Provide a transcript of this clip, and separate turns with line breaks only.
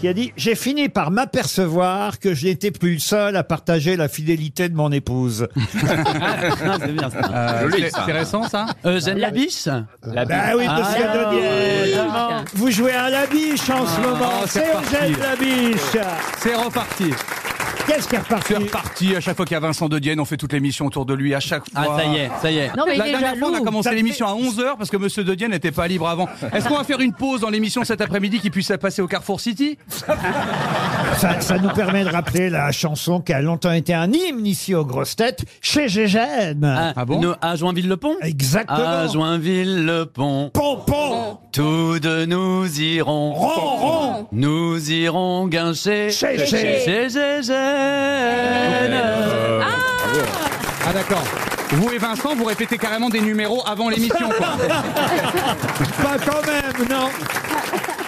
qui a dit « J'ai fini par m'apercevoir que je n'étais plus le seul à partager la fidélité de mon épouse.
Ah, c'est bien, ça.
Joli, ça.
ça euh, Zen la biche
Ben oui, monsieur
Ah,
Dodier.
évidemment.
Vous jouez à la biche en ce moment,
Ah, c'est
c'est
parti.
Eugène la biche.
C'est reparti.
Qu'est-ce qui est reparti
C'est reparti. À chaque fois qu'il y a Vincent De Dienne, on fait toute l'émission autour de lui. À chaque
Ah,
fois.
ça y est, ça y est.
Non, Oh, mais
La
il est
dernière fois, on a
jaloux.
commencé
Ça fait-
l'émission à 11h parce que Monsieur De Dienne n'était pas libre avant. Est-ce qu'on va faire une pause dans l'émission cet après-midi qui puisse passer au Carrefour City
ça, ça nous permet de rappeler la chanson qui a longtemps été un hymne ici aux grosses têtes, chez Gégène.
Ah bon
nous- À Joinville-le-Pont À
Exactement.
Joinville-le-Pont,
Pom, pom,
tous deux nous irons.
ron, ron,
Nous irons guincher.
chez, chez.
Chez Zézène.
Ah d'accord. Vous et Vincent, vous répétez carrément des numéros avant l'émission. quoi.
Pas quand même, non